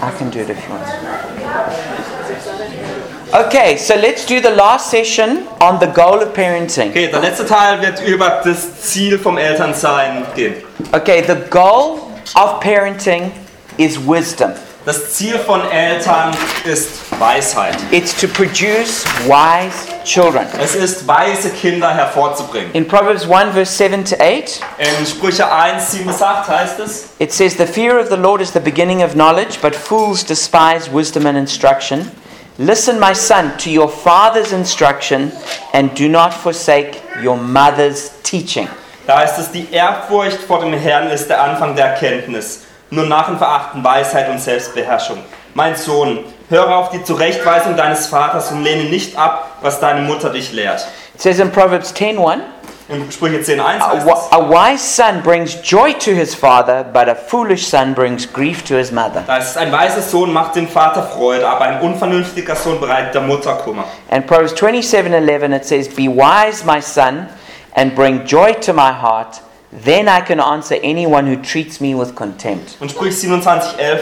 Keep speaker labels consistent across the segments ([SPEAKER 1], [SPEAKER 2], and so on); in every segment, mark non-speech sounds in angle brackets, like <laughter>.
[SPEAKER 1] I can do it if you want. Okay, so let's do the last session on the goal of parenting.
[SPEAKER 2] Okay, der letzte Teil wird über das Ziel vom Elternsein gehen.
[SPEAKER 1] Okay, the goal of parenting is wisdom.
[SPEAKER 2] Das Ziel von Eltern ist Weisheit.
[SPEAKER 1] It's to produce wise children.
[SPEAKER 2] Es ist, weise Kinder hervorzubringen.
[SPEAKER 1] In Proverbs 1 verse 7 to 8,
[SPEAKER 2] In Sprüche 1, 7 bis 8 heißt es,
[SPEAKER 1] It says, The fear of the Lord is the beginning of knowledge, but fools despise wisdom and instruction. Listen, my son, to your father's instruction, and do not forsake your mother's teaching.
[SPEAKER 2] da heißt es, die Ehrfurcht vor dem Herrn ist der Anfang der Erkenntnis. Nur nach und verachten Weisheit und Selbstbeherrschung. Mein Sohn, höre auf die Zurechtweisung deines Vaters und lehne nicht ab, was deine Mutter dich lehrt.
[SPEAKER 1] It says in Proverbs 10:1,
[SPEAKER 2] In Sprüche 10, 1
[SPEAKER 1] a,
[SPEAKER 2] heißt
[SPEAKER 1] wi-
[SPEAKER 2] es,
[SPEAKER 1] a wise son brings joy to his father, but a foolish son brings grief to his mother.
[SPEAKER 2] da heißt es, ein weiser Sohn macht dem Vater Freude, aber ein unvernünftiger Sohn bereitet der Mutter Kummer.
[SPEAKER 1] And Proverbs 27:11 it says, "Be wise, my son, and bring joy to my heart, then I can answer anyone who treats me with contempt."
[SPEAKER 2] Und Sprüch 27,11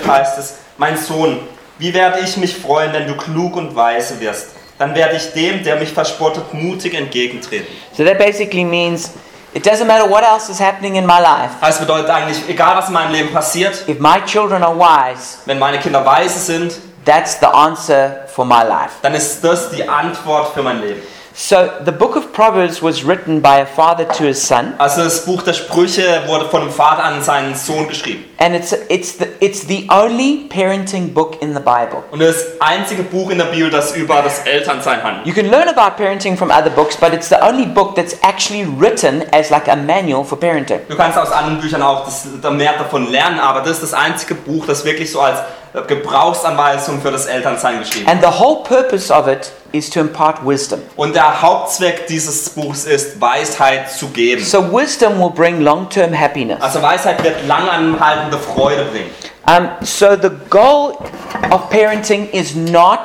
[SPEAKER 2] heißt es, mein Sohn, wie werde ich mich freuen, wenn du klug und weise wirst? Dann werde ich dem, der mich verspottet, mutig entgegentreten.
[SPEAKER 1] So that basically means it doesn't matter what else is happening in my life.
[SPEAKER 2] Das bedeutet eigentlich, egal was in meinem Leben passiert,
[SPEAKER 1] If my children are wise,
[SPEAKER 2] wenn meine Kinder weise sind,
[SPEAKER 1] that's the answer for my life.
[SPEAKER 2] dann ist das die Antwort für mein Leben.
[SPEAKER 1] So the book of Proverbs was written by a father to his son,
[SPEAKER 2] Also das Buch der Sprüche wurde von dem Vater an seinen Sohn geschrieben.
[SPEAKER 1] and it's it's the it's the only parenting book in the Bible.
[SPEAKER 2] Und das einzige Buch in der Bibel, das über das Elternsein handelt.
[SPEAKER 1] You can learn about parenting from other books, but it's the only book that's actually written as like a manual for parenting.
[SPEAKER 2] Du kannst aus anderen Büchern auch das, da mehr davon lernen, aber das ist das einzige Buch, das wirklich so als äh, Gebrauchsanweisung für das Elternsein geschrieben
[SPEAKER 1] And the whole purpose of it is to impart wisdom.
[SPEAKER 2] Und der Hauptzweck dieses Buchs ist, Weisheit zu geben.
[SPEAKER 1] So wisdom will bring long-term happiness.
[SPEAKER 2] Also Weisheit wird langanhaltende Freude bringen.
[SPEAKER 1] Um, so the goal of parenting is not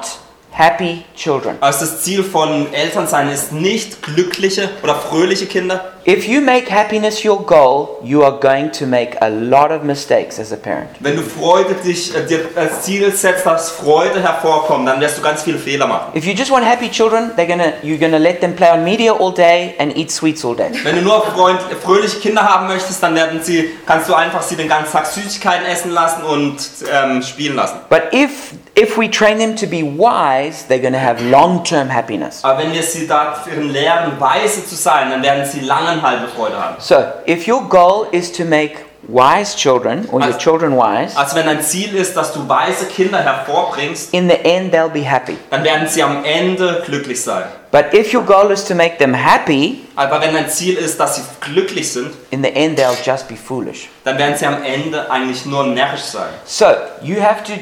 [SPEAKER 1] happy children.
[SPEAKER 2] Also das Ziel von Elternsein ist nicht glückliche oder fröhliche Kinder.
[SPEAKER 1] If you make happiness your goal, you are going to make a lot of mistakes as a parent.
[SPEAKER 2] Wenn du Freude dich, äh, dir als Ziel setzt, dass Freude hervorkommt, dann wirst du ganz viele Fehler machen.
[SPEAKER 1] If you just want happy children, they're gonna you're gonna let them play on media all day and eat sweets all day.
[SPEAKER 2] Wenn du nur Freund, äh, fröhliche Kinder haben möchtest, dann werden sie, kannst du einfach sie den ganzen Tag Süßigkeiten essen lassen und ähm, spielen lassen.
[SPEAKER 1] But if if we train them to be wise, they're gonna have long-term happiness.
[SPEAKER 2] Aber wenn wir sie darin lehren, weise zu sein, dann werden sie langanhaltende Freude haben.
[SPEAKER 1] So if your goal is to make wise children or your
[SPEAKER 2] As-
[SPEAKER 1] children wise,
[SPEAKER 2] Also wenn dein Ziel ist, dass du weise Kinder hervorbringst,
[SPEAKER 1] in the end they'll be happy.
[SPEAKER 2] dann werden sie am Ende glücklich sein.
[SPEAKER 1] But if your goal is to make them happy,
[SPEAKER 2] Aber wenn dein Ziel ist, dass sie glücklich sind,
[SPEAKER 1] in the end they'll just be foolish
[SPEAKER 2] dann werden sie am Ende eigentlich nur närrisch sein.
[SPEAKER 1] so you have to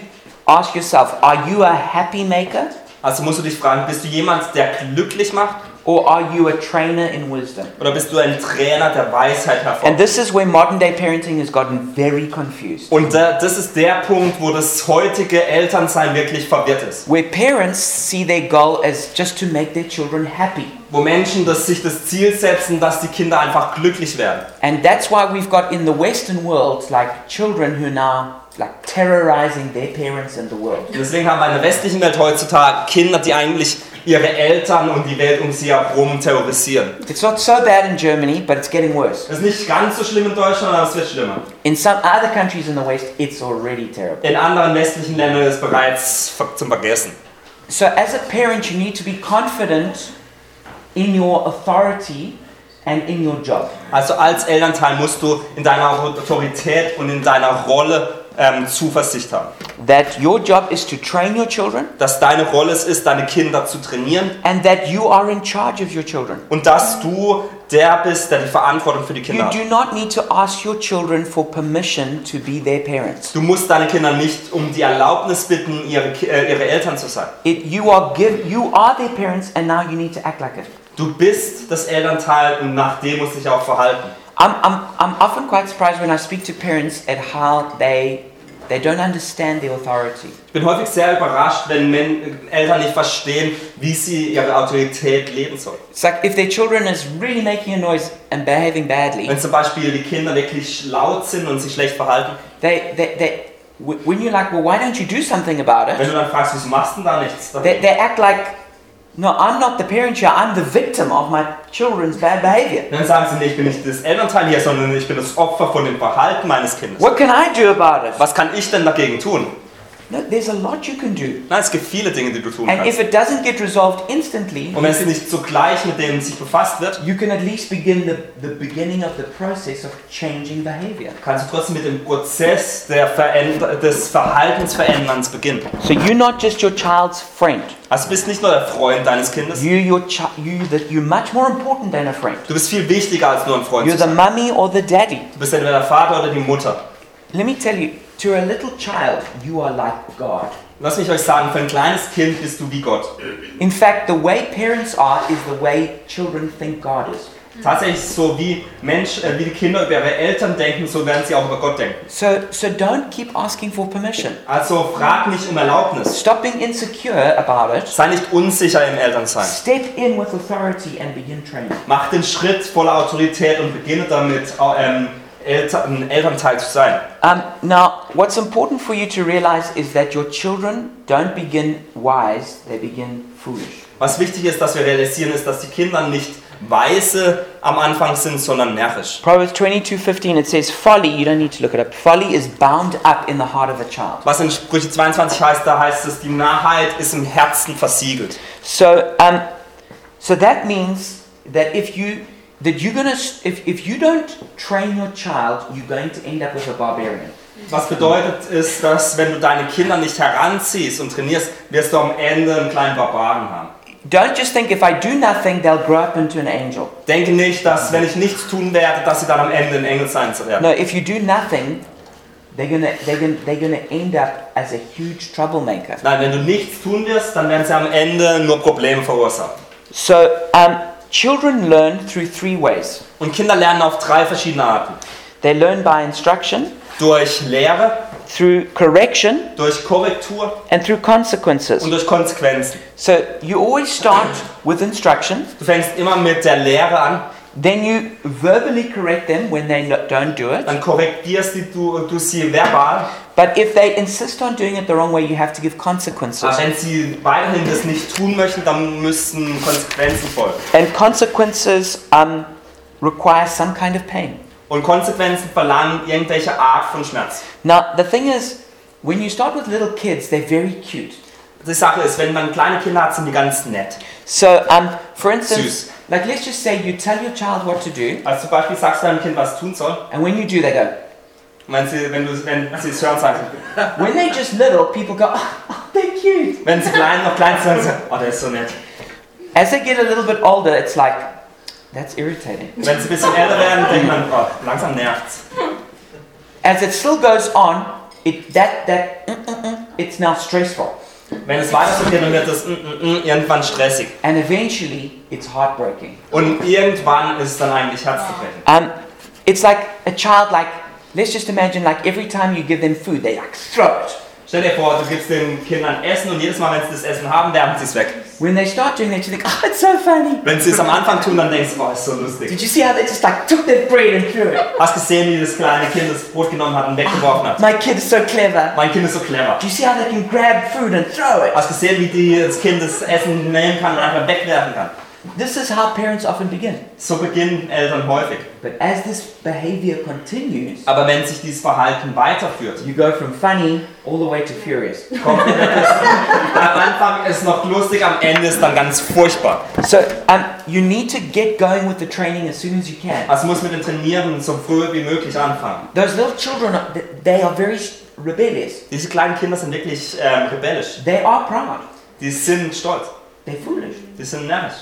[SPEAKER 1] ask yourself are you a happy maker
[SPEAKER 2] Also musst du dich fragen, bist du jemand, der glücklich macht
[SPEAKER 1] or are you a trainer in wisdom
[SPEAKER 2] oder bist du ein Trainer der Weisheit
[SPEAKER 1] and
[SPEAKER 2] hervorbringt?
[SPEAKER 1] this is where modern day parenting has gotten very confused
[SPEAKER 2] Und äh, das ist der Punkt, wo das heutige Elternsein wirklich verwirrt ist.
[SPEAKER 1] where parents see their goal as just to make their children happy
[SPEAKER 2] Wo Menschen das, sich das Ziel setzen, dass die Kinder einfach glücklich werden.
[SPEAKER 1] and that's why we've got in the western world like children who are now like terrorizing their parents and the world
[SPEAKER 2] Und Deswegen haben wir in der westlichen Welt heutzutage Kinder, die eigentlich ihre Eltern und die Welt um sie herum terrorisieren.
[SPEAKER 1] it's not so bad in germany but it's getting worse
[SPEAKER 2] Das ist nicht ganz so schlimm in Deutschland, aber es wird schlimmer.
[SPEAKER 1] in some other countries in the west it's already terrible
[SPEAKER 2] In anderen westlichen Ländern ist es bereits ver- zum Vergessen.
[SPEAKER 1] So, as a parent, you need to be confident in your authority and in your job.
[SPEAKER 2] Also als Elternteil musst du in deiner Autorität und in deiner Rolle ähm, Zuversicht haben.
[SPEAKER 1] That your job is to train your children
[SPEAKER 2] Dass deine Rolle es ist, deine Kinder zu trainieren
[SPEAKER 1] and that you are in charge of your children.
[SPEAKER 2] und dass du der bist, der die Verantwortung für die Kinder
[SPEAKER 1] You do
[SPEAKER 2] hat.
[SPEAKER 1] not need to ask your children for permission to be their parents.
[SPEAKER 2] Du musst deine Kinder nicht um die Erlaubnis bitten, ihre, Ki- äh, ihre Eltern zu sein.
[SPEAKER 1] It, you, are give, you are their parents and now you need to act like it.
[SPEAKER 2] Du bist das Elternteil und nach dem musst du dich auch verhalten.
[SPEAKER 1] I'm, I'm, I'm often quite surprised when I speak to parents at how they, they don't understand the authority.
[SPEAKER 2] Ich bin häufig sehr überrascht, wenn Men Eltern nicht verstehen, wie sie ihre Autorität leben sollen.
[SPEAKER 1] It's like if their children is really making a noise and behaving badly,
[SPEAKER 2] Wenn zum Beispiel die Kinder wirklich laut sind und sich schlecht verhalten,
[SPEAKER 1] They, they, they, wh- when you're like, well, why don't you do something about
[SPEAKER 2] Wenn
[SPEAKER 1] it?
[SPEAKER 2] du dann fragst, wieso machst du denn da nichts? dafür?
[SPEAKER 1] They, they act like, no, I'm not the parent here. I'm the victim of my children's bad behavior.
[SPEAKER 2] Dann sagen sie, nee, ich bin nicht das Elternteil hier, sondern ich bin das Opfer von dem Verhalten meines Kindes.
[SPEAKER 1] What can I do about it?
[SPEAKER 2] Was kann ich denn dagegen tun?
[SPEAKER 1] No, there's a lot you can do.
[SPEAKER 2] Nein, es gibt viele Dinge, die du tun
[SPEAKER 1] And if
[SPEAKER 2] kannst.
[SPEAKER 1] it doesn't get resolved instantly,
[SPEAKER 2] Und wenn es nicht zugleich mit denen sich befasst wird,
[SPEAKER 1] you can at least begin the, the beginning of the process of changing behavior.
[SPEAKER 2] kannst du trotzdem mit dem Prozess der Veränder des Verhaltensveränderns beginnen.
[SPEAKER 1] So you're not just your child's friend.
[SPEAKER 2] Also du bist nicht nur der Freund deines Kindes,
[SPEAKER 1] You, your chi- you, that you're much more important than a friend.
[SPEAKER 2] du bist viel wichtiger als nur ein Freund.
[SPEAKER 1] You're
[SPEAKER 2] zu
[SPEAKER 1] the
[SPEAKER 2] sein.
[SPEAKER 1] mummy or the daddy.
[SPEAKER 2] Du bist entweder der Vater oder die Mutter.
[SPEAKER 1] Let me tell you, to a little child, you are like God.
[SPEAKER 2] Lass mich euch sagen, für ein kleines Kind bist du wie Gott.
[SPEAKER 1] In fact, the way parents are is the way children think God is.
[SPEAKER 2] Tatsächlich so wie Mensch, äh, wie die Kinder über ihre Eltern denken, so werden sie auch über Gott denken.
[SPEAKER 1] So, so don't keep asking for permission.
[SPEAKER 2] Also frag nicht um Erlaubnis.
[SPEAKER 1] Stop being insecure about it.
[SPEAKER 2] Sei nicht unsicher im Elternsein.
[SPEAKER 1] Step in with authority and begin training.
[SPEAKER 2] Mach den Schritt voller Autorität und beginne damit, au- ähm, Elter ein Elternteil zu sein.
[SPEAKER 1] Um, now, what's important for you to realize is that your children don't begin wise, they begin foolish.
[SPEAKER 2] Was wichtig ist, dass wir realisieren, ist, dass die Kinder nicht weise am Anfang sind, sondern närrisch.
[SPEAKER 1] Proverbs 22:15 it says folly, you don't need to look it up. Folly is bound up in the heart of a child.
[SPEAKER 2] Was in Sprüche 22 heißt, da heißt es, die Narrheit ist im Herzen versiegelt.
[SPEAKER 1] So um, so that means that if you that you're gonna s- if, if you don't train your child, you're going to end up with a barbarian.
[SPEAKER 2] Was bedeutet ist, dass wenn du deine Kinder nicht heranziehst und trainierst, wirst du am Ende einen kleinen Barbaren haben.
[SPEAKER 1] Don't just think if I do nothing, they'll grow up into an angel.
[SPEAKER 2] Denke nicht, dass wenn ich nichts tun werde, dass sie dann am Ende ein Engel sein werden.
[SPEAKER 1] No, if you do nothing, they're gonna they're gonna they're gonna end up as a huge troublemaker.
[SPEAKER 2] Nein, wenn du nichts tun wirst, dann werden sie am Ende nur Probleme verursachen.
[SPEAKER 1] So, um, children learn through three ways.
[SPEAKER 2] Und Kinder lernen auf drei verschiedene Arten.
[SPEAKER 1] They learn by instruction,
[SPEAKER 2] Durch Lehre,
[SPEAKER 1] through correction,
[SPEAKER 2] durch Korrektur
[SPEAKER 1] and through
[SPEAKER 2] und
[SPEAKER 1] consequences.
[SPEAKER 2] durch Konsequenzen.
[SPEAKER 1] So, you always start with instruction,
[SPEAKER 2] Du fängst immer mit der Lehre an,
[SPEAKER 1] then you verbally correct them when they no- don't do it.
[SPEAKER 2] dann korrigierst die, du, du sie verbal,
[SPEAKER 1] But if they insist on doing it the wrong way, you have to give
[SPEAKER 2] aber
[SPEAKER 1] consequences.
[SPEAKER 2] wenn sie weiterhin das nicht tun möchten, dann müssen Konsequenzen folgen.
[SPEAKER 1] And consequences um, require some kind of pain.
[SPEAKER 2] Und Konsequenzen verlangen irgendwelche Art von Schmerz.
[SPEAKER 1] Now, the thing is, when you start with little kids, they're very cute.
[SPEAKER 2] Die Sache ist, wenn man kleine Kinder hat, sind die ganz nett.
[SPEAKER 1] So, um, for instance,
[SPEAKER 2] Süß.
[SPEAKER 1] like let's just say you tell your child what to do,
[SPEAKER 2] Also zum Beispiel sagst du deinem Kind, was es tun soll,
[SPEAKER 1] and when you do, they go,
[SPEAKER 2] und wenn sie, wenn du, wenn sie es hören, sagen,
[SPEAKER 1] When they're just little, people go, <laughs> oh, they're cute.
[SPEAKER 2] wenn sie klein noch klein sind, sagen, sie, oh, der ist so nett.
[SPEAKER 1] As they get a little bit older, it's like, that's irritating.
[SPEAKER 2] Und wenn sie ein bisschen älter werden, denkt man, oh, langsam nervt's.
[SPEAKER 1] As it still goes on, it, that, that, mm, mm, mm, it's now stressful.
[SPEAKER 2] Wenn es weiter so geht, dann wird das mm, mm, mm, irgendwann stressig.
[SPEAKER 1] And eventually, it's heartbreaking.
[SPEAKER 2] Und irgendwann ist es dann eigentlich herzzubrechen.
[SPEAKER 1] Um, it's like a child, like, let's just imagine, like, every time you give them food, they like throw it.
[SPEAKER 2] Stell dir vor, du gibst den Kindern Essen und jedes Mal, wenn sie das Essen haben, werfen sie es weg.
[SPEAKER 1] When they start doing that, you think, oh, it's so funny.
[SPEAKER 2] Wenn sie es am Anfang tun, dann denkst du, boah, ist so lustig.
[SPEAKER 1] Did you see how they just like took that bread and threw it?
[SPEAKER 2] Hast gesehen, wie das kleine Kind das Brot genommen hat und weggeworfen hat?
[SPEAKER 1] My kid is so clever.
[SPEAKER 2] Mein Kind ist so clever.
[SPEAKER 1] Do you see how they can grab food and throw it?
[SPEAKER 2] Hast gesehen, wie die, das Kind das Essen nehmen kann und einfach wegwerfen kann?
[SPEAKER 1] This is how parents often begin.
[SPEAKER 2] So beginnen Eltern häufig.
[SPEAKER 1] But as this behavior continues,
[SPEAKER 2] Aber wenn sich dieses Verhalten weiterführt,
[SPEAKER 1] you go from funny all the way to furious.
[SPEAKER 2] kommt am Anfang ist noch lustig, am Ende ist dann ganz furchtbar.
[SPEAKER 1] So um, you need to get going with the training as soon as you can.
[SPEAKER 2] Also muss mit dem Trainieren so früh wie möglich anfangen.
[SPEAKER 1] Those little children, are- they are very rebellious.
[SPEAKER 2] Diese kleinen Kinder sind wirklich ähm, rebellisch.
[SPEAKER 1] They are proud.
[SPEAKER 2] Die sind stolz.
[SPEAKER 1] They're foolish.
[SPEAKER 2] Die sind närrisch.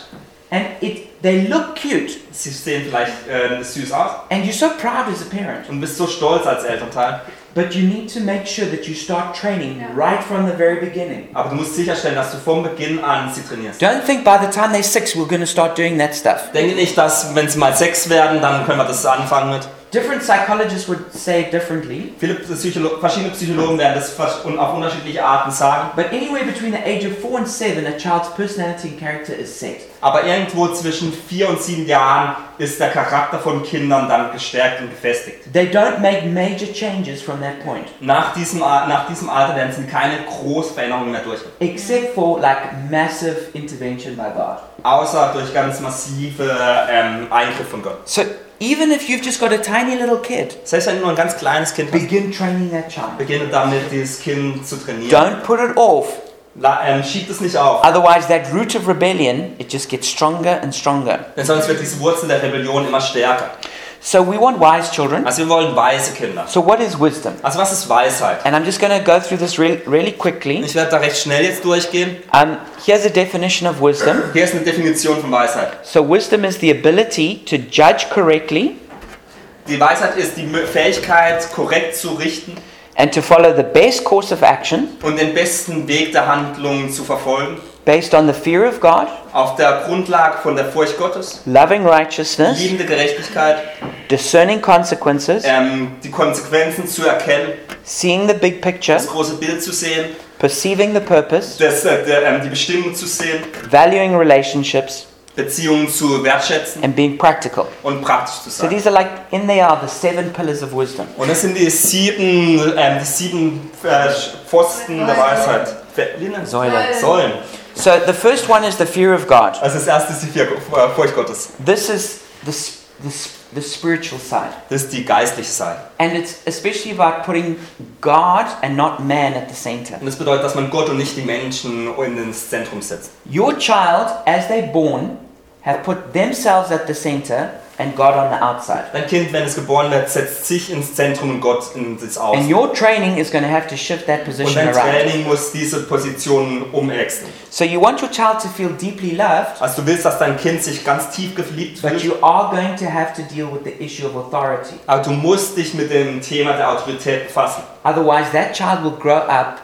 [SPEAKER 1] And it, they look cute.
[SPEAKER 2] Sie sehen vielleicht äh, süß aus
[SPEAKER 1] And you're so proud as a parent.
[SPEAKER 2] und bist so stolz als Elternteil.
[SPEAKER 1] But you need to make sure that you start training right from the very beginning.
[SPEAKER 2] Aber du musst sicherstellen, dass du vom Beginn an sie trainierst.
[SPEAKER 1] Don't think by the time they're six, we're going to start doing that stuff.
[SPEAKER 2] Denke nicht, dass wenn sie mal sechs werden, dann können wir das anfangen mit.
[SPEAKER 1] Different psychologists would say it differently,
[SPEAKER 2] Viele Psycholo verschiedene Psychologen werden das vers- und auf unterschiedliche Arten sagen,
[SPEAKER 1] but anywhere between the age of four and seven, a child's personality and character is set.
[SPEAKER 2] aber irgendwo zwischen vier und sieben Jahren ist der Charakter von Kindern dann gestärkt und gefestigt.
[SPEAKER 1] They don't make major changes from that point,
[SPEAKER 2] Nach diesem, Al- nach diesem Alter werden sie keine Großveränderungen mehr durch,
[SPEAKER 1] except for like massive intervention by God.
[SPEAKER 2] außer durch ganz massive ähm, Eingriffe von Gott.
[SPEAKER 1] So even if you've just got a tiny little kid,
[SPEAKER 2] Selbst wenn du nur ein ganz kleines Kind bist,
[SPEAKER 1] begin training that child.
[SPEAKER 2] beginne damit, dieses Kind zu trainieren.
[SPEAKER 1] Don't put it off.
[SPEAKER 2] La ähm, schiebt es nicht auf,
[SPEAKER 1] Otherwise, that root of rebellion, it just gets stronger and stronger.
[SPEAKER 2] denn sonst wird diese Wurzel der Rebellion immer stärker.
[SPEAKER 1] So we want wise children.
[SPEAKER 2] Also wir wollen weise Kinder.
[SPEAKER 1] So what is wisdom?
[SPEAKER 2] Also was ist Weisheit?
[SPEAKER 1] And I'm just going to go through this re- really quickly.
[SPEAKER 2] Ich werde da recht schnell jetzt durchgehen.
[SPEAKER 1] Um, here's a definition of wisdom.
[SPEAKER 2] Hier ist eine Definition von Weisheit.
[SPEAKER 1] So wisdom is the ability to judge correctly
[SPEAKER 2] Die Weisheit ist die Mö- Fähigkeit, korrekt zu richten
[SPEAKER 1] and to follow the best course of action
[SPEAKER 2] und den besten Weg der Handlungen zu verfolgen,
[SPEAKER 1] based on the fear of God,
[SPEAKER 2] auf der Grundlage von der Furcht Gottes,
[SPEAKER 1] loving righteousness,
[SPEAKER 2] liebende Gerechtigkeit,
[SPEAKER 1] discerning consequences,
[SPEAKER 2] ähm, die Konsequenzen zu erkennen,
[SPEAKER 1] seeing the big picture,
[SPEAKER 2] das große Bild zu sehen,
[SPEAKER 1] perceiving the purpose,
[SPEAKER 2] das, äh, der, ähm, die Bestimmung zu sehen,
[SPEAKER 1] valuing relationships,
[SPEAKER 2] Beziehungen zu wertschätzen
[SPEAKER 1] and being practical.
[SPEAKER 2] und praktisch zu
[SPEAKER 1] So
[SPEAKER 2] sein.
[SPEAKER 1] these are like, in they are, the seven pillars of wisdom.
[SPEAKER 2] Und das sind die sieben, ähm, die sieben äh, Pfosten der Weisheit. Ver-
[SPEAKER 1] Säule.
[SPEAKER 2] Säulen.
[SPEAKER 1] So the first one is the fear of God.
[SPEAKER 2] Also das erste ist die Vier- äh, Furcht Gottes.
[SPEAKER 1] This is the, s- the, s- the spiritual side.
[SPEAKER 2] Das ist die geistliche Seite.
[SPEAKER 1] And it's especially about putting God and not man at the center.
[SPEAKER 2] Und das bedeutet, dass man Gott und nicht die Menschen in ins Zentrum setzt.
[SPEAKER 1] Your child, as they're born, have put themselves at the center and God on the outside.
[SPEAKER 2] Dein Kind, wenn es geboren wird, setzt sich ins Zentrum und Gott in das Aus.
[SPEAKER 1] And your training is going to have to shift that
[SPEAKER 2] Und
[SPEAKER 1] position
[SPEAKER 2] dein
[SPEAKER 1] around.
[SPEAKER 2] Training muss diese Position umwechseln.
[SPEAKER 1] So you want your child to feel deeply loved,
[SPEAKER 2] Also du willst, dass dein Kind sich ganz tief geliebt
[SPEAKER 1] but
[SPEAKER 2] fühlt,
[SPEAKER 1] you are going to have to deal with the issue of authority.
[SPEAKER 2] aber du musst dich mit dem Thema der Autorität befassen.
[SPEAKER 1] Otherwise, that child will grow up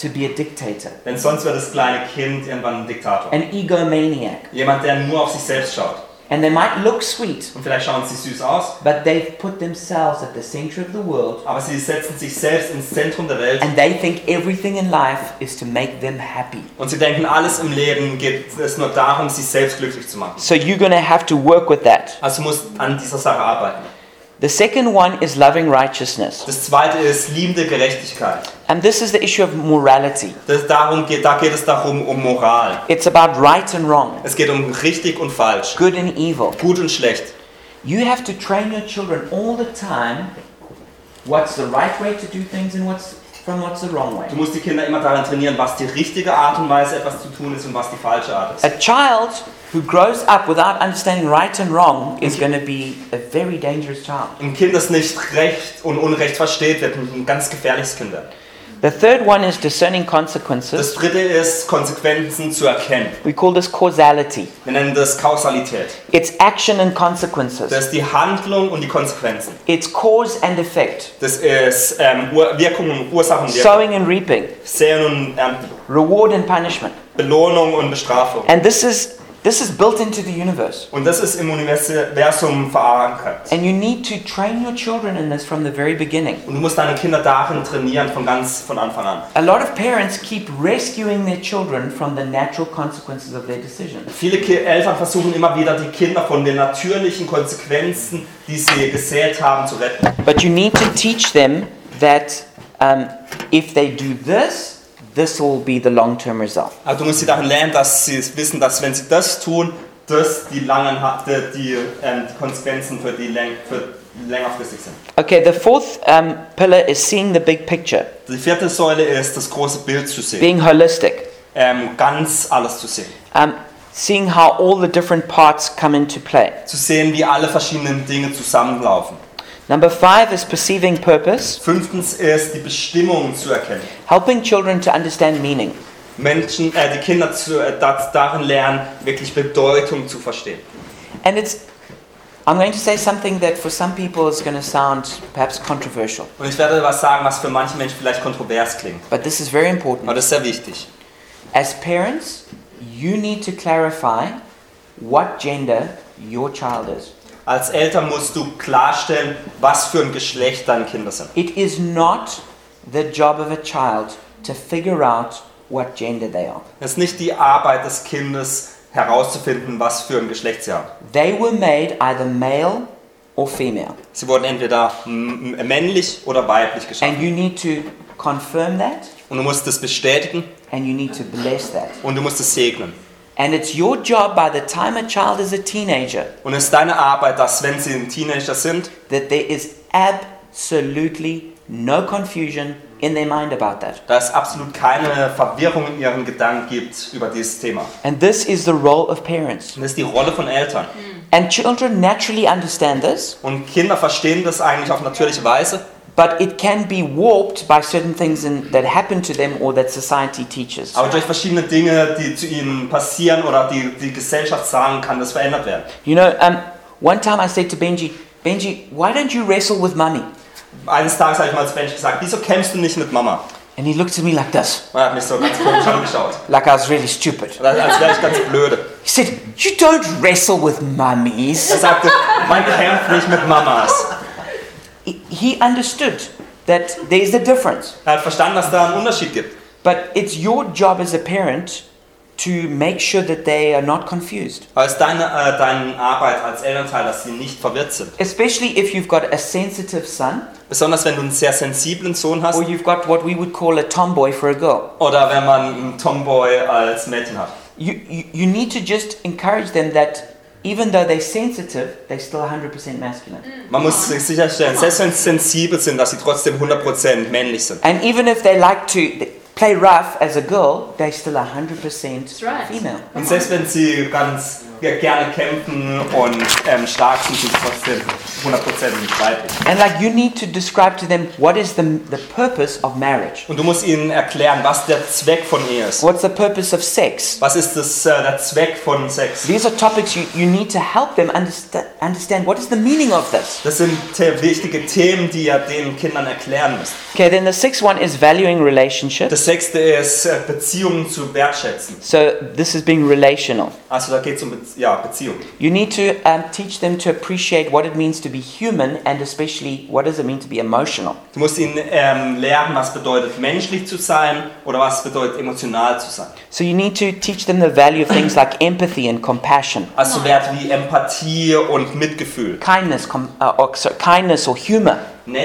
[SPEAKER 1] to be a dictator,
[SPEAKER 2] Denn sonst wird das kleine Kind irgendwann ein Diktator.
[SPEAKER 1] an egomaniac.
[SPEAKER 2] Jemand, der nur auf sich selbst schaut.
[SPEAKER 1] And they might look sweet,
[SPEAKER 2] Und vielleicht schauen sie süß aus,
[SPEAKER 1] but they've put themselves at the center of the world
[SPEAKER 2] aber sie setzen sich selbst ins Zentrum der Welt
[SPEAKER 1] and they think everything in life is to make them happy.
[SPEAKER 2] und sie denken, alles im Leben geht es nur darum, sich selbst glücklich zu machen.
[SPEAKER 1] So you're going to have to work with that.
[SPEAKER 2] Also du musst an dieser Sache arbeiten.
[SPEAKER 1] The second one is loving righteousness.
[SPEAKER 2] Das zweite ist liebende Gerechtigkeit.
[SPEAKER 1] And this is the issue of morality.
[SPEAKER 2] Das darum geht, da geht es darum um Moral.
[SPEAKER 1] It's about right and wrong,
[SPEAKER 2] Es geht um richtig und falsch,
[SPEAKER 1] good and evil.
[SPEAKER 2] gut und schlecht.
[SPEAKER 1] You have to train your children all the time what's the right way to do things and what's from what's the wrong way.
[SPEAKER 2] Du musst die Kinder immer daran trainieren, was die richtige Art und Weise etwas zu tun ist und was die falsche Art ist.
[SPEAKER 1] A child who grows up without understanding right and wrong is going to be a very dangerous child.
[SPEAKER 2] Ein Kind, das nicht Recht und Unrecht versteht, wird ein ganz gefährliches Kind. werden.
[SPEAKER 1] The third one is discerning
[SPEAKER 2] Das
[SPEAKER 1] consequences.
[SPEAKER 2] dritte ist, Konsequenzen zu erkennen.
[SPEAKER 1] We call this causality.
[SPEAKER 2] Wir nennen das Kausalität.
[SPEAKER 1] It's action and consequences.
[SPEAKER 2] Das ist die Handlung und die Konsequenzen.
[SPEAKER 1] It's cause and effect.
[SPEAKER 2] Das ist ähm, Ur Wirkung und Ursachen.
[SPEAKER 1] Sowing and reaping.
[SPEAKER 2] Sehen und Ernten.
[SPEAKER 1] Reward and punishment.
[SPEAKER 2] Belohnung und Bestrafung.
[SPEAKER 1] And this is this is built into the universe.
[SPEAKER 2] Und das ist im Universum verankert.
[SPEAKER 1] And you need to train your children in this from the very beginning.
[SPEAKER 2] Und du musst deine Kinder darin trainieren, von ganz von Anfang an.
[SPEAKER 1] A lot of parents keep rescuing their children from the natural consequences of their decisions.
[SPEAKER 2] Viele Ki Eltern versuchen immer wieder, die Kinder von den natürlichen Konsequenzen, die sie gesät haben, zu retten.
[SPEAKER 1] But you need to teach them that um, if they do this, this will be the long term result.
[SPEAKER 2] Aber Also du musst sie darin lernen, dass sie es wissen, dass wenn sie das tun, das die langen Ha- die, die, ähm, die Konsequenzen für die, läng für die längerfristig sind.
[SPEAKER 1] Okay, the fourth um, pillar is seeing the big picture,
[SPEAKER 2] Die vierte Säule ist, das große Bild zu sehen.
[SPEAKER 1] being holistic,
[SPEAKER 2] Ähm, ganz alles zu sehen.
[SPEAKER 1] um, seeing how all the different parts come into play.
[SPEAKER 2] Zu sehen, wie alle verschiedenen Dinge zusammenlaufen.
[SPEAKER 1] Number five is perceiving purpose,
[SPEAKER 2] Fünftens ist, die Bestimmung zu erkennen.
[SPEAKER 1] helping children to understand meaning.
[SPEAKER 2] Menschen, äh, die Kinder zu, äh, das, darin lernen, wirklich Bedeutung zu verstehen.
[SPEAKER 1] And it's, I'm going to say something that for some people is going to sound perhaps controversial,
[SPEAKER 2] Und ich werde was sagen, was für manche Menschen vielleicht kontrovers klingt.
[SPEAKER 1] but this is very
[SPEAKER 2] Aber
[SPEAKER 1] important.
[SPEAKER 2] das ist sehr wichtig.
[SPEAKER 1] As parents, you need to clarify what gender your child is.
[SPEAKER 2] Als Eltern musst du klarstellen, was für ein Geschlecht deine Kinder sind.
[SPEAKER 1] It is not the job of a child to figure out what gender they are.
[SPEAKER 2] Es ist nicht die Arbeit des Kindes, herauszufinden, was für ein Geschlecht sie haben.
[SPEAKER 1] They were made either male or female.
[SPEAKER 2] Sie wurden entweder m- m- männlich oder weiblich geschaffen.
[SPEAKER 1] And you need to confirm that
[SPEAKER 2] Und du musst es bestätigen
[SPEAKER 1] and you need to bless that.
[SPEAKER 2] und du musst es segnen.
[SPEAKER 1] And it's your job by the time a child is a teenager
[SPEAKER 2] Und es ist deine Arbeit, dass, wenn sie ein Teenager sind,
[SPEAKER 1] that there is absolutely no confusion in their mind about that.
[SPEAKER 2] da es absolut keine Verwirrung in ihren Gedanken gibt über dieses Thema.
[SPEAKER 1] And this is the role of parents.
[SPEAKER 2] Und das ist die Rolle von Eltern.
[SPEAKER 1] And children naturally understand this,
[SPEAKER 2] Und Kinder verstehen das eigentlich auf natürliche Weise,
[SPEAKER 1] but it can be warped by certain things in, that happen to them or that society teaches.
[SPEAKER 2] aber durch verschiedene Dinge, die zu ihnen passieren oder die die Gesellschaft sagen, kann das verändert werden.
[SPEAKER 1] You know, um, one time I said to Benji, Benji, why don't you wrestle with mummy?
[SPEAKER 2] Eines Tages habe ich mal zu Mensch gesagt, wieso kämpfst du nicht mit Mama?
[SPEAKER 1] And he looked at me like this,
[SPEAKER 2] Und er hat mich so ganz komisch angeschaut.
[SPEAKER 1] like I was really stupid.
[SPEAKER 2] Und Als wäre ich ganz blöde.
[SPEAKER 1] He said, You don't wrestle with mummies.
[SPEAKER 2] Er sagte, man kämpft nicht mit Mamas.
[SPEAKER 1] He- He understood that there's a difference.
[SPEAKER 2] Er hat verstanden, dass da einen Unterschied gibt.
[SPEAKER 1] But it's your job as a parent to make sure that they are not confused,
[SPEAKER 2] Aber es ist deine, äh, deine Arbeit als Elternteil, dass sie nicht verwirrt sind.
[SPEAKER 1] especially if you've got a sensitive son
[SPEAKER 2] Besonders wenn du einen sehr sensiblen Sohn hast
[SPEAKER 1] or you've got what we would call a tomboy for a girl.
[SPEAKER 2] oder wenn man einen Tomboy als Mädchen hat.
[SPEAKER 1] You, you, you need to just encourage them that even though they're sensitive, they're still 100% masculine.
[SPEAKER 2] Man muss sich sicherstellen, selbst wenn sie sensibel sind, dass sie trotzdem 100% männlich sind.
[SPEAKER 1] And even if they like to play rough as a girl, they're still 100%
[SPEAKER 3] right.
[SPEAKER 1] female.
[SPEAKER 2] Und selbst wenn sie ganz ja, gerne kämpfen und ähm, stark sind, sind sie trotzdem 100% weiblich.
[SPEAKER 1] And like you need to describe to them what is the, the purpose of marriage?
[SPEAKER 2] Und du musst ihnen erklären, was der Zweck von Ehe ist.
[SPEAKER 1] What's the purpose of sex?
[SPEAKER 2] Was ist das, äh, der Zweck von Sex?
[SPEAKER 1] These are topics you, you need to help them understand, understand what is the meaning of this.
[SPEAKER 2] Das sind äh, wichtige Themen, die ihr den Kindern erklären müsst.
[SPEAKER 1] Okay, then the sixth one is valuing relationships.
[SPEAKER 2] Das sechste ist, äh, Beziehungen zu wertschätzen.
[SPEAKER 1] So this is being relational.
[SPEAKER 2] Also da geht es um Be ja, Beziehungen.
[SPEAKER 1] You need to um, teach them to appreciate what it means to be human and especially what does it mean to be emotional.
[SPEAKER 2] Du musst ihnen ähm, lernen, was bedeutet menschlich zu sein oder was bedeutet emotional zu sein.
[SPEAKER 1] So you need to teach them the value of things like empathy and compassion.
[SPEAKER 2] Also Werte wie Empathie und Mitgefühl,
[SPEAKER 1] kindness, com- uh, or, sorry, kindness or humor.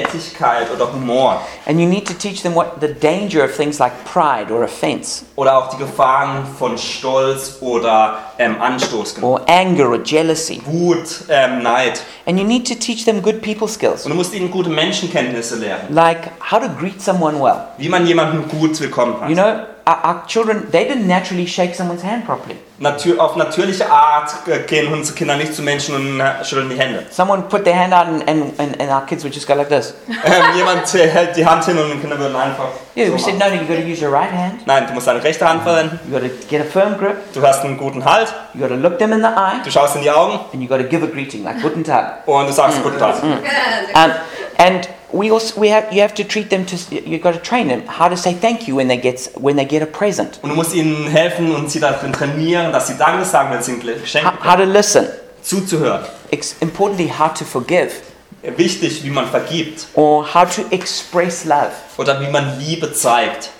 [SPEAKER 2] Nettigkeit oder Humor
[SPEAKER 1] And you need to teach them what the danger of things like pride or offense
[SPEAKER 2] oder auch die Gefahren von Stolz oder ähm, Anstoß, genau.
[SPEAKER 1] or anger or jealousy.
[SPEAKER 2] Wut, ähm, Neid.
[SPEAKER 1] And you need to teach them good people skills,
[SPEAKER 2] Und du musst ihnen gute Menschenkenntnisse lehren,
[SPEAKER 1] like how to greet someone well.
[SPEAKER 2] wie man jemanden gut willkommen hat.
[SPEAKER 1] You know, our, our children, they didn't naturally shake someone's hand properly.
[SPEAKER 2] Natür auf natürliche Art äh, gehen unsere Kinder nicht zu Menschen und äh, schütteln
[SPEAKER 1] <laughs>
[SPEAKER 2] die Hände.
[SPEAKER 1] Someone put their hand out and, and, and, and our kids would just go like this.
[SPEAKER 2] Ähm, jemand äh, hält die Hand hin und die Kinder würden einfach.
[SPEAKER 1] Yeah,
[SPEAKER 2] so
[SPEAKER 1] we said,
[SPEAKER 2] machen.
[SPEAKER 1] no, no, you got to use your right hand.
[SPEAKER 2] Nein, du musst deine rechte Hand verwenden,
[SPEAKER 1] you got to get a firm grip.
[SPEAKER 2] du hast einen guten Halt,
[SPEAKER 1] you got to look them in the eye.
[SPEAKER 2] du schaust in die Augen
[SPEAKER 1] And you got to give a greeting, like Guten Tag.
[SPEAKER 2] und du sagst Guten Halt. Tag.
[SPEAKER 4] mm.
[SPEAKER 1] Um, and we also we have you have to treat them to you've got to train them how to say thank you when they get when they get a present,
[SPEAKER 2] Und du musst ihnen helfen und sie darin trainieren, dass sie Danke sagen, wenn sie ein Geschenk
[SPEAKER 1] how, how to listen.
[SPEAKER 2] zuzuhören.
[SPEAKER 1] Ex- importantly, how to forgive
[SPEAKER 2] Wichtig, wie man vergibt
[SPEAKER 1] or how to express love.
[SPEAKER 2] oder wie man Liebe zeigt.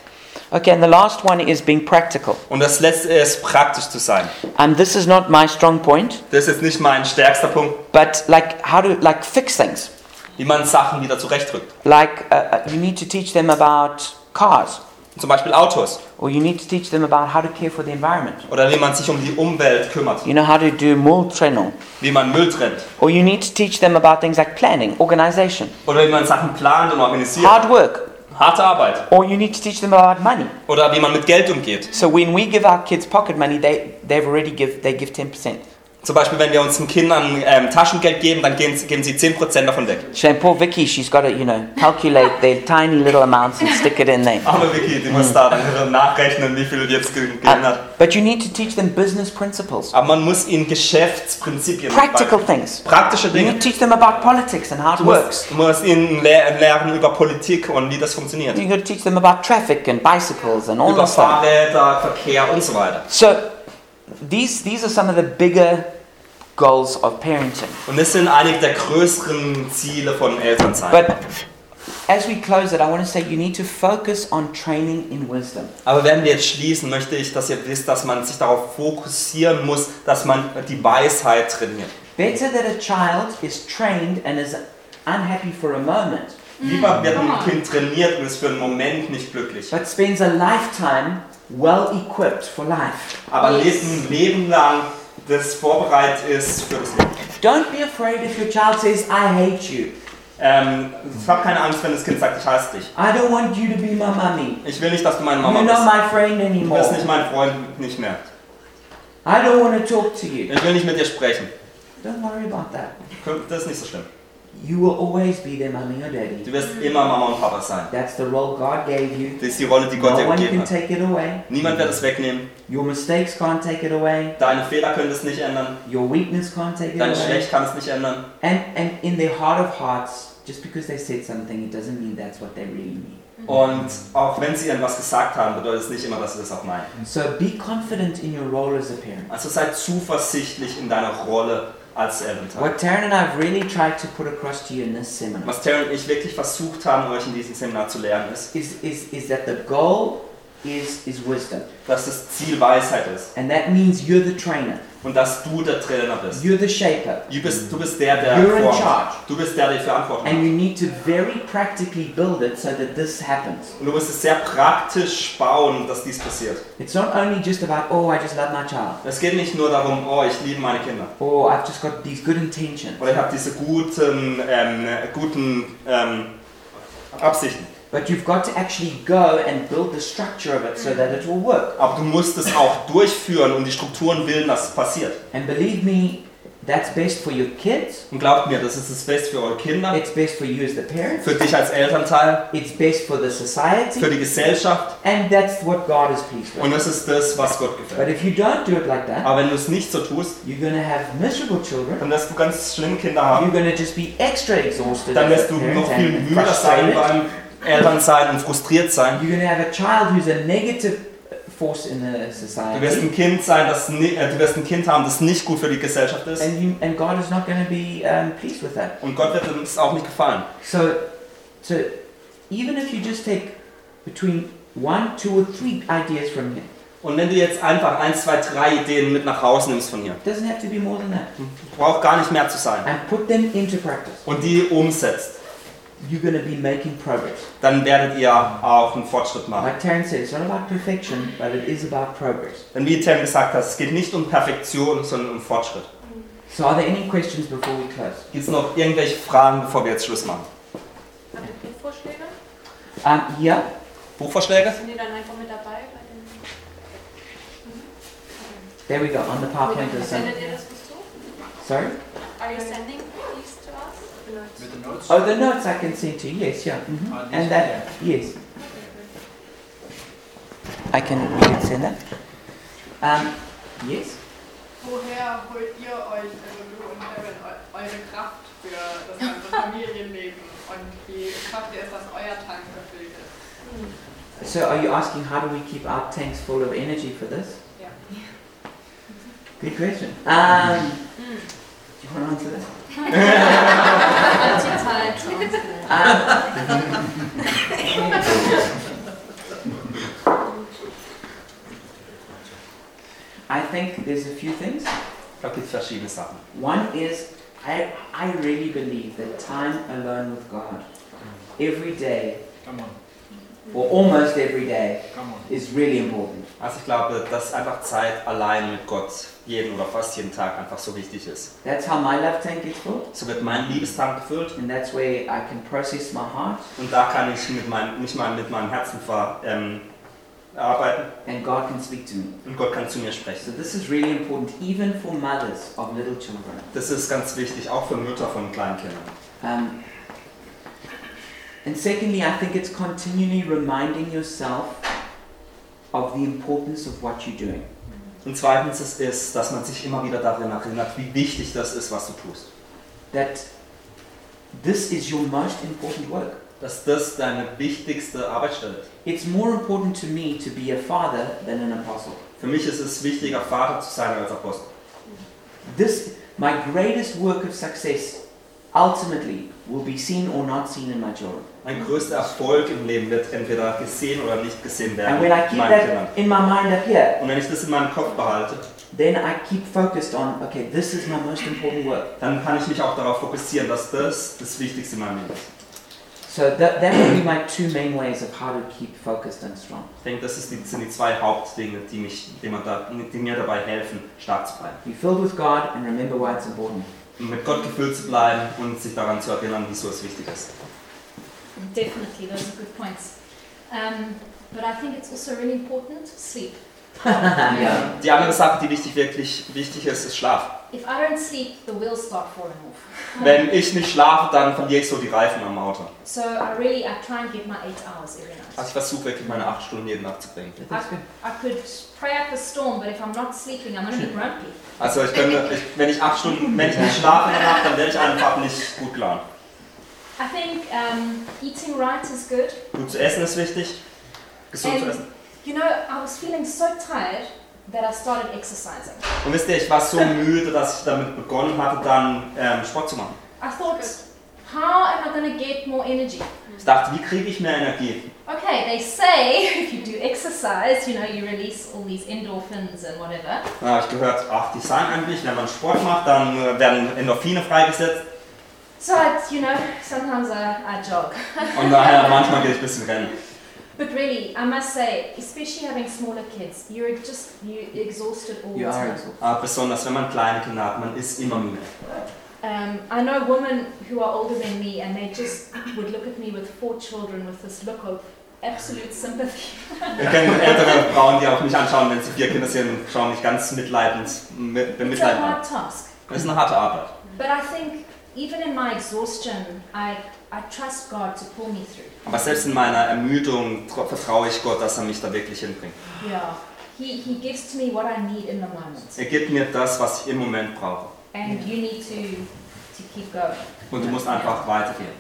[SPEAKER 1] Okay, and the last one is being practical.
[SPEAKER 2] Und das letzte ist, praktisch zu sein.
[SPEAKER 1] And this is not my strong point,
[SPEAKER 2] Das ist jetzt nicht mein stärkster Punkt,
[SPEAKER 1] but like how to like fix things.
[SPEAKER 2] wie man Sachen wieder zurechtrückt.
[SPEAKER 1] Like uh, uh, you need to teach them about cars,
[SPEAKER 2] Zum Beispiel Autos
[SPEAKER 1] or you need to teach them about how to care for the environment.
[SPEAKER 2] oder wie man sich um die Umwelt kümmert,
[SPEAKER 1] You know how to do mold training,
[SPEAKER 2] wie man Müll trennt
[SPEAKER 1] or you need to teach them about things like planning, organization,
[SPEAKER 2] oder wie man Sachen plant und organisiert.
[SPEAKER 1] hard work.
[SPEAKER 2] Harte Arbeit
[SPEAKER 1] Or you need to teach them about money.
[SPEAKER 2] oder wie man mit Geld umgeht.
[SPEAKER 1] So when we give our kids pocket money, they, they've already give, they give 10%.
[SPEAKER 2] Zum Beispiel, wenn wir unseren Kindern ähm, Taschengeld geben, dann gehen, geben sie 10% davon weg.
[SPEAKER 1] Shame, poor Vicky, she's got to, you know, calculate their tiny little amounts and stick it in there.
[SPEAKER 2] Arme Vicky, die
[SPEAKER 1] Mhm.
[SPEAKER 2] muss da dann nachrechnen, wie viel jetzt ge- gegeben hat.
[SPEAKER 1] Uh, but you need to teach them business principles,
[SPEAKER 2] Aber man muss ihnen Geschäftsprinzipien
[SPEAKER 1] practical
[SPEAKER 2] beibringen.
[SPEAKER 1] things.
[SPEAKER 2] praktische
[SPEAKER 1] You need
[SPEAKER 2] Dinge.
[SPEAKER 1] to teach them about politics and how it
[SPEAKER 2] Du musst,
[SPEAKER 1] works.
[SPEAKER 2] du musst ihnen le lernen über Politik und wie das funktioniert.
[SPEAKER 1] You've got to teach them about traffic and bicycles and all
[SPEAKER 2] Über
[SPEAKER 1] that stuff.
[SPEAKER 2] Fahrräder, Verkehr und so weiter.
[SPEAKER 1] So these, these are some of the bigger goals of parenting.
[SPEAKER 2] Und das sind einige der größeren Ziele von Elternzeit.
[SPEAKER 1] But as we close it, I want to say you need to focus on training in wisdom.
[SPEAKER 2] Aber wenn wir jetzt schließen, möchte ich, dass ihr wisst, dass man sich darauf fokussieren muss, dass man die Weisheit trainiert.
[SPEAKER 1] Better that a child is trained and is unhappy for a moment,
[SPEAKER 2] Lieber wird
[SPEAKER 3] come
[SPEAKER 2] ein
[SPEAKER 3] on.
[SPEAKER 2] Kind trainiert und ist für einen Moment nicht glücklich.
[SPEAKER 1] but spends a lifetime well equipped for life.
[SPEAKER 2] Aber
[SPEAKER 3] Yes.
[SPEAKER 2] lebt ein Leben lang, das vorbereitet ist für das Leben.
[SPEAKER 1] Don't be afraid if your child says, I hate you.
[SPEAKER 2] Ähm, ich habe keine Angst, wenn das Kind sagt, ich hasse dich.
[SPEAKER 1] I don't want you to be my mummy.
[SPEAKER 2] Ich will nicht, dass du meine Mama
[SPEAKER 1] You're not
[SPEAKER 2] bist.
[SPEAKER 1] my friend
[SPEAKER 2] Du bist nicht
[SPEAKER 1] anymore.
[SPEAKER 2] mein Freund, nicht mehr.
[SPEAKER 1] I don't want to talk to you.
[SPEAKER 2] Ich will nicht mit dir sprechen.
[SPEAKER 1] Don't worry about that.
[SPEAKER 2] Das ist nicht so schlimm.
[SPEAKER 1] You will always be their mummy or daddy.
[SPEAKER 2] Du wirst immer Mama und Papa sein.
[SPEAKER 1] That's the role God gave you.
[SPEAKER 2] Das ist die Rolle, die Gott dir
[SPEAKER 1] No one
[SPEAKER 2] gegeben
[SPEAKER 1] can
[SPEAKER 2] hat.
[SPEAKER 1] take it away.
[SPEAKER 2] Niemand wird es wegnehmen.
[SPEAKER 1] Your mistakes can't take it away.
[SPEAKER 2] Deine Fehler können es nicht ändern.
[SPEAKER 1] Your weakness can't take it
[SPEAKER 2] Dein
[SPEAKER 1] away.
[SPEAKER 2] Schlecht kann es nicht ändern.
[SPEAKER 1] And and in their heart of hearts, just because they said something, it doesn't mean that's what they really mean.
[SPEAKER 2] Und auch wenn sie irgendwas gesagt haben, bedeutet es nicht immer, dass sie das auch meinen.
[SPEAKER 1] So be confident in your role as a parent.
[SPEAKER 2] Also sei zuversichtlich in deiner Rolle als Elternteil.
[SPEAKER 1] What Taryn and I have really tried to put across to you in this seminar
[SPEAKER 2] Was Terry und ich wirklich versucht haben, euch in diesem Seminar zu lernen, ist,
[SPEAKER 1] is, is, is that the goal is is wisdom.
[SPEAKER 2] dass das Ziel Weisheit ist
[SPEAKER 1] And that means you're the trainer,
[SPEAKER 2] und dass du der Trainer bist.
[SPEAKER 1] you're the shaper,
[SPEAKER 2] Du bist, du bist der, der
[SPEAKER 1] You're in
[SPEAKER 2] formt.
[SPEAKER 1] charge.
[SPEAKER 2] Du bist der, der die Verantwortung
[SPEAKER 1] and
[SPEAKER 2] hat.
[SPEAKER 1] you need to very practically build it so that this happens.
[SPEAKER 2] Und du musst es sehr praktisch bauen, dass dies passiert.
[SPEAKER 1] It's not only just about, oh, I just love my child,
[SPEAKER 2] Es geht nicht nur darum, oh, ich liebe meine Kinder.
[SPEAKER 1] or I've just got these good intentions.
[SPEAKER 2] Oder ich habe diese guten, ähm, guten ähm, Absichten.
[SPEAKER 1] But you've got to actually go and build the structure of it so that it will work.
[SPEAKER 2] Aber du musst es auch durchführen und die Strukturen bilden, dass es passiert.
[SPEAKER 1] And believe me, that's best for your kids,
[SPEAKER 2] Und glaubt mir, das ist das Beste für eure Kinder,
[SPEAKER 1] it's best for you as the parent,
[SPEAKER 2] für dich als Elternteil,
[SPEAKER 1] it's best for the
[SPEAKER 2] für
[SPEAKER 1] society,
[SPEAKER 2] die Gesellschaft
[SPEAKER 1] and that's what God is pleased with.
[SPEAKER 2] und das ist das, was Gott
[SPEAKER 1] But
[SPEAKER 2] gefällt.
[SPEAKER 1] if you don't do it like that,
[SPEAKER 2] Aber wenn du es nicht so tust,
[SPEAKER 1] you're going to have miserable children.
[SPEAKER 2] dann wirst du ganz schlimme Kinder haben.
[SPEAKER 1] You're going to just be extra exhausted. as
[SPEAKER 2] Dann
[SPEAKER 1] a
[SPEAKER 2] wirst du
[SPEAKER 1] parent
[SPEAKER 2] noch viel
[SPEAKER 1] and
[SPEAKER 2] müder sein
[SPEAKER 1] frustrated.
[SPEAKER 2] beim Elternsein und frustriert sein.
[SPEAKER 1] You're going to have a child who's a negative force in the
[SPEAKER 2] Du wirst
[SPEAKER 1] society.
[SPEAKER 2] ein Kind sein, das ni- äh, du wirst ein Kind haben, das nicht gut für die Gesellschaft ist.
[SPEAKER 1] And, you, and God is not going to be um, pleased with that.
[SPEAKER 2] Und Gott wird uns auch nicht gefallen.
[SPEAKER 1] So, so even if you just take between one, two, or three ideas from here,
[SPEAKER 2] Und wenn du jetzt einfach ein, zwei, drei Ideen mit nach Hause nimmst von hier,
[SPEAKER 1] it doesn't have to be more than that,
[SPEAKER 2] braucht gar nicht mehr zu sein,
[SPEAKER 1] and put them into practice,
[SPEAKER 2] und die umsetzt,
[SPEAKER 1] you're going to be making progress.
[SPEAKER 2] dann werdet ihr auch einen Fortschritt machen.
[SPEAKER 1] Like Taryn said, it's not about perfection, but it is about progress.
[SPEAKER 2] Denn wie Tim gesagt hat, es geht nicht um Perfektion, sondern um Fortschritt.
[SPEAKER 1] So, are there any questions before we close?
[SPEAKER 2] Gibt es noch irgendwelche Fragen, bevor wir jetzt Schluss machen?
[SPEAKER 3] Habt ihr Buchvorschläge?
[SPEAKER 1] Um, yeah.
[SPEAKER 2] Buchvorschläge?
[SPEAKER 3] Sind die dann einfach mit dabei? Bei den
[SPEAKER 1] There we go on the PowerPoint. Or something.
[SPEAKER 3] Sendet ihr das uns zu?
[SPEAKER 1] Sorry.
[SPEAKER 3] Are you sending these to us?
[SPEAKER 4] With the notes?
[SPEAKER 1] Oh, the notes I can send to you. Yes, yeah. mhm.
[SPEAKER 4] Are Oh, these
[SPEAKER 1] And that, yes. I can. You can send that. Um, yes.
[SPEAKER 5] Woher holt ihr euch, also du und Kevin, eu- eure Kraft für das ganze Familienleben und wie schafft ihr es, dass euer Tank gefüllt ist?
[SPEAKER 1] So are you asking how do we keep our tanks full of energy for this?
[SPEAKER 5] Yeah.
[SPEAKER 1] <laughs> Good question. Um, do you want to answer that? Um, I think there's a few things.
[SPEAKER 2] Ich glaube, es gibt verschiedene Sachen.
[SPEAKER 1] One is I, I really believe that time alone with God, every day
[SPEAKER 4] Come on,
[SPEAKER 1] or almost every day,
[SPEAKER 4] come on.
[SPEAKER 1] is really important.
[SPEAKER 2] Also ich glaube, dass einfach Zeit allein mit Gott jeden oder fast jeden Tag einfach so wichtig ist.
[SPEAKER 1] That's how my love tank gets full,
[SPEAKER 2] So wird mein Liebestank gefüllt
[SPEAKER 1] and that's where I can process my heart,
[SPEAKER 2] und da kann ich mit meinem, mich mal mit meinem Herzen ver, ähm, arbeiten
[SPEAKER 1] and God can speak to me.
[SPEAKER 2] und Gott kann zu mir sprechen.
[SPEAKER 1] So this is really important, even for mothers of little children.
[SPEAKER 2] Das ist ganz wichtig, auch für Mütter von kleinen Kindern.
[SPEAKER 1] Um, and secondly, I think it's continually reminding yourself of the importance of what you're doing.
[SPEAKER 2] Und zweitens es ist, dass man sich immer wieder daran erinnert, wie wichtig das ist, was du tust.
[SPEAKER 1] That this is your most important work.
[SPEAKER 2] Dass das deine wichtigste Arbeitsstelle ist.
[SPEAKER 1] It's more important to me to be a father than an apostle.
[SPEAKER 2] Für mich ist es wichtiger, Vater zu sein als Apostel.
[SPEAKER 1] This, My greatest work of success ultimately will be seen or not seen in my children.
[SPEAKER 2] Mein größter Erfolg im Leben wird entweder gesehen oder nicht gesehen werden.
[SPEAKER 1] And when I keep
[SPEAKER 2] meinen Kindern.
[SPEAKER 1] that in my mind up here,
[SPEAKER 2] Und wenn ich das in meinem Kopf behalte,
[SPEAKER 1] then I keep focused on, okay, this is my most important work.
[SPEAKER 2] dann kann ich mich auch darauf fokussieren, dass das das Wichtigste in meinem Leben ist.
[SPEAKER 1] So that, that would be my two main ways of how to keep focused and strong.
[SPEAKER 2] Ich denke, das ist die, sind die zwei Hauptdinge, die, mich, die, man da, die mir dabei helfen, stark zu bleiben.
[SPEAKER 1] Be filled with God and remember why it's important.
[SPEAKER 2] Und um mit Gott gefüllt zu bleiben und sich daran zu erinnern, wieso es wichtig ist.
[SPEAKER 4] Definitely, those are good points. Um, but I think it's also really important sleep.
[SPEAKER 1] yeah.
[SPEAKER 2] Die andere Sache, die wichtig, wirklich wichtig ist, ist Schlaf.
[SPEAKER 4] If I don't sleep, the wheels start falling off.
[SPEAKER 2] Wenn ich nicht schlafe, dann verliere ich so die Reifen am Auto.
[SPEAKER 4] So I really, I try and get my eight hours every night.
[SPEAKER 2] Also ich versuche wirklich meine acht Stunden jeden Nacht zu bringen.
[SPEAKER 1] That's good.
[SPEAKER 4] I could pray up a storm, but if I'm not sleeping, I'm going to be grumpy.
[SPEAKER 2] Also ich könnte, ich, wenn ich acht Stunden, wenn ich nicht schlafe in der Nacht, dann werde ich einfach nicht gut gelaunt.
[SPEAKER 4] I think um, eating right is good.
[SPEAKER 2] Gut zu essen ist wichtig. Gesund zu
[SPEAKER 4] And,
[SPEAKER 2] essen.
[SPEAKER 4] You know, I was feeling so tired that I started exercising.
[SPEAKER 2] Und wisst ihr, ich war so müde, dass ich damit begonnen hatte, dann ähm, Sport zu machen.
[SPEAKER 4] I thought, how am I going to get more energy?
[SPEAKER 2] Ich dachte, wie kriege ich mehr Energie?
[SPEAKER 4] Okay, they say <laughs> if you do exercise, you know, you release all these endorphins and whatever.
[SPEAKER 2] Dann habe ich gehört, ach, die sagen eigentlich, wenn man Sport macht, dann äh, werden Endorphine freigesetzt.
[SPEAKER 4] So, I, you know, sometimes I, I jog.
[SPEAKER 2] Und daher manchmal gehe ich ein bisschen rennen.
[SPEAKER 4] But really, I must say, especially having smaller kids, you're just you exhausted all
[SPEAKER 1] You
[SPEAKER 4] the
[SPEAKER 1] are
[SPEAKER 4] time.
[SPEAKER 1] exhausted.
[SPEAKER 2] Aber besonders, wenn man kleine Kinder hat, man ist immer müde.
[SPEAKER 4] Um, I know women who are older than me, and they just would look at me with four children with this look of absolute sympathy.
[SPEAKER 2] Wir kennen ältere Frauen, die auch mich anschauen, wenn sie vier Kinder sehen und schauen mich ganz mitleidend, mit,
[SPEAKER 4] It's a
[SPEAKER 2] bemitleidend an.
[SPEAKER 4] hard task.
[SPEAKER 2] Das ist eine harte Arbeit.
[SPEAKER 4] But I think even in my exhaustion, I, I trust God to pull me through.
[SPEAKER 2] Aber selbst in meiner Ermüdung tro- vertraue ich Gott, dass er mich da wirklich hinbringt.
[SPEAKER 4] Yeah. He, he gives to me what I need in the moment.
[SPEAKER 2] Er gibt mir das, was ich im Moment brauche.
[SPEAKER 4] And you need to, to keep going.
[SPEAKER 2] Und du musst einfach weitergehen.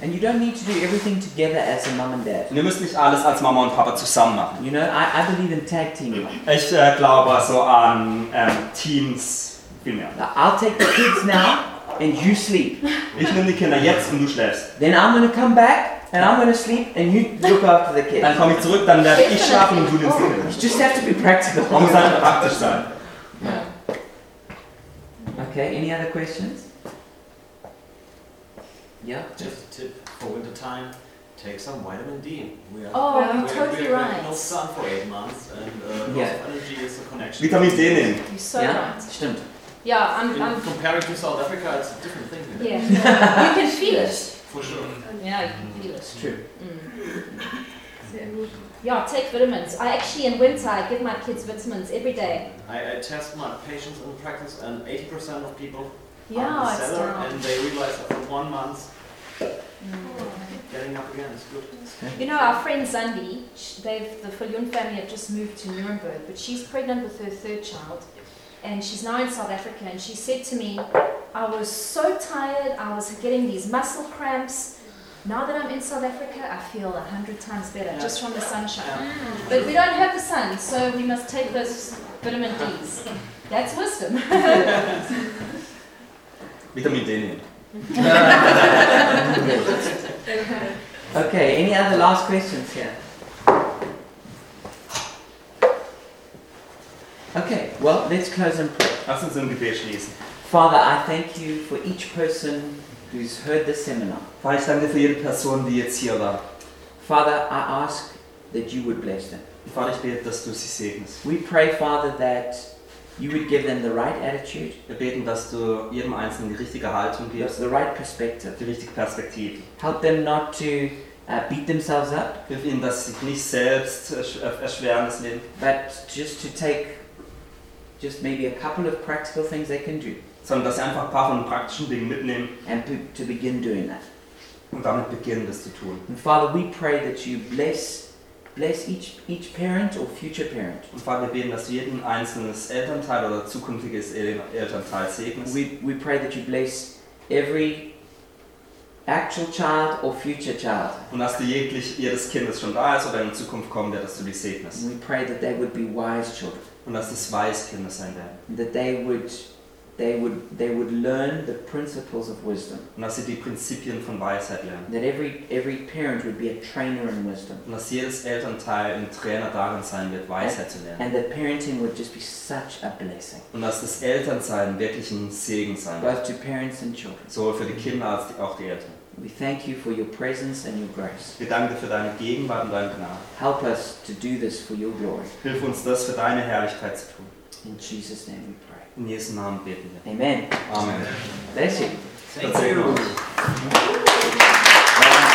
[SPEAKER 1] And you don't need to do everything together as a mom and dad.
[SPEAKER 2] Und ihr müsst nicht alles als Mama und Papa zusammen machen.
[SPEAKER 1] You know, I, I believe in tag teaming.
[SPEAKER 2] Ich äh, glaube so an ähm, Teams viel mehr.
[SPEAKER 1] Now, I'll take the kids now and you sleep.
[SPEAKER 2] Ich nehme die Kinder jetzt und du schläfst.
[SPEAKER 1] Then I'm going to come back and I'm going to sleep and you look after the
[SPEAKER 2] Dann
[SPEAKER 1] kids.
[SPEAKER 2] komme ich zurück, dann werde ich schlafen und du nimmst die Kinder.
[SPEAKER 1] You just have to be practical.
[SPEAKER 2] Man muss halt praktisch sein.
[SPEAKER 1] Okay, any other questions? Yeah?
[SPEAKER 6] Just a tip for winter time, take some vitamin D. We are
[SPEAKER 4] Oh,
[SPEAKER 5] Yeah.
[SPEAKER 4] you're
[SPEAKER 6] we-
[SPEAKER 4] totally
[SPEAKER 6] we, We
[SPEAKER 4] right.
[SPEAKER 6] have no sun for eight months, and uh, loss
[SPEAKER 1] Yeah.
[SPEAKER 6] of energy is a connection.
[SPEAKER 2] Vitamin D nehmen.
[SPEAKER 4] You're so
[SPEAKER 1] yeah?
[SPEAKER 4] right.
[SPEAKER 1] Stimmt.
[SPEAKER 4] Yeah, I'm,
[SPEAKER 6] In
[SPEAKER 4] I'm
[SPEAKER 6] comparing to South Africa, it's a different thing. here,
[SPEAKER 4] yeah. <laughs> you can feel it.
[SPEAKER 6] For sure.
[SPEAKER 4] Yeah, you can feel it.
[SPEAKER 1] It's true.
[SPEAKER 4] Mm. Yeah, take vitamins. I actually, in winter, I give my kids vitamins every day.
[SPEAKER 6] I, I test my patients in practice, and 80% of people are in
[SPEAKER 4] Yeah,
[SPEAKER 6] the
[SPEAKER 4] it's
[SPEAKER 6] cellar,
[SPEAKER 4] down.
[SPEAKER 6] and they realize after one month,
[SPEAKER 4] Mm.
[SPEAKER 6] getting up again is good.
[SPEAKER 4] You know, our friend Zandi, sh- they've, the Fillon family have just moved to Nuremberg, but she's pregnant with her third child, and she's now in South Africa. And she said to me, I was so tired, I was getting these muscle cramps. Now that I'm in South Africa, I feel a hundred times better just from the sunshine. But we don't have the sun, so we must take those vitamin D's. That's wisdom.
[SPEAKER 2] Vitamin D nehmen.
[SPEAKER 1] Okay, any other last questions here? Okay, well, let's close in prayer.
[SPEAKER 2] Lass uns im Gebet schließen.
[SPEAKER 1] Father, I thank you for each person who's heard this seminar.
[SPEAKER 2] Vater, ich danke dir für jede Person, die jetzt hier war.
[SPEAKER 1] Father, I ask that you would bless them.
[SPEAKER 2] Und Vater, ich bete, dass du sie segnest.
[SPEAKER 1] We pray, Father, that you would give them the right attitude,
[SPEAKER 2] Wir beten, dass du jedem Einzelnen die richtige Haltung gibst,
[SPEAKER 1] the right perspective.
[SPEAKER 2] die richtige Perspektive.
[SPEAKER 1] Help them not to uh, beat themselves up,
[SPEAKER 2] Hilf ihnen, dass sie sich nicht selbst ersch- äh, erschweren das Leben,
[SPEAKER 1] but just to take just maybe a couple of practical things they can do
[SPEAKER 2] sondern dass sie einfach ein paar von den praktischen Dingen mitnehmen
[SPEAKER 1] and to- to begin doing that.
[SPEAKER 2] und damit beginnen, das zu tun.
[SPEAKER 1] And Father, we pray that you bless bless each each parent or future parent.
[SPEAKER 2] Und Vater, wir beten, dass du jeden einzelnes Elternteil oder zukünftiges El- Elternteil segnest.
[SPEAKER 1] We we pray that you bless every actual child or future child.
[SPEAKER 2] Und dass du jeglich jedes Kind, das schon da ist oder in Zukunft kommen wird, dass du dich segnest.
[SPEAKER 1] And we pray that they would be wise children,
[SPEAKER 2] Und dass das Weißkinder sein werden.
[SPEAKER 1] that they would they would, they would learn the principles of wisdom.
[SPEAKER 2] und dass sie die Prinzipien von Weisheit lernen.
[SPEAKER 1] That every, every parent would be a trainer in wisdom.
[SPEAKER 2] Und dass jedes Elternteil ein Trainer darin sein wird, Weisheit zu lernen.
[SPEAKER 1] And that parenting would just be such a blessing,
[SPEAKER 2] Und dass das Elternsein wirklich ein Segen sein wird.
[SPEAKER 1] both to parents and children.
[SPEAKER 2] Sowohl für die Kinder als auch die Eltern.
[SPEAKER 1] We thank you for your presence and your grace.
[SPEAKER 2] Wir danken dir für deine Gegenwart und deine Gnade.
[SPEAKER 1] Help us to do this for your glory.
[SPEAKER 2] Hilf uns, das für deine Herrlichkeit zu tun.
[SPEAKER 1] In Jesus' name we pray.
[SPEAKER 2] In Jesu Namen beten wir.
[SPEAKER 1] Amen.
[SPEAKER 2] Amen.
[SPEAKER 1] Bless you.
[SPEAKER 2] Gott segne euch.
[SPEAKER 1] Amen.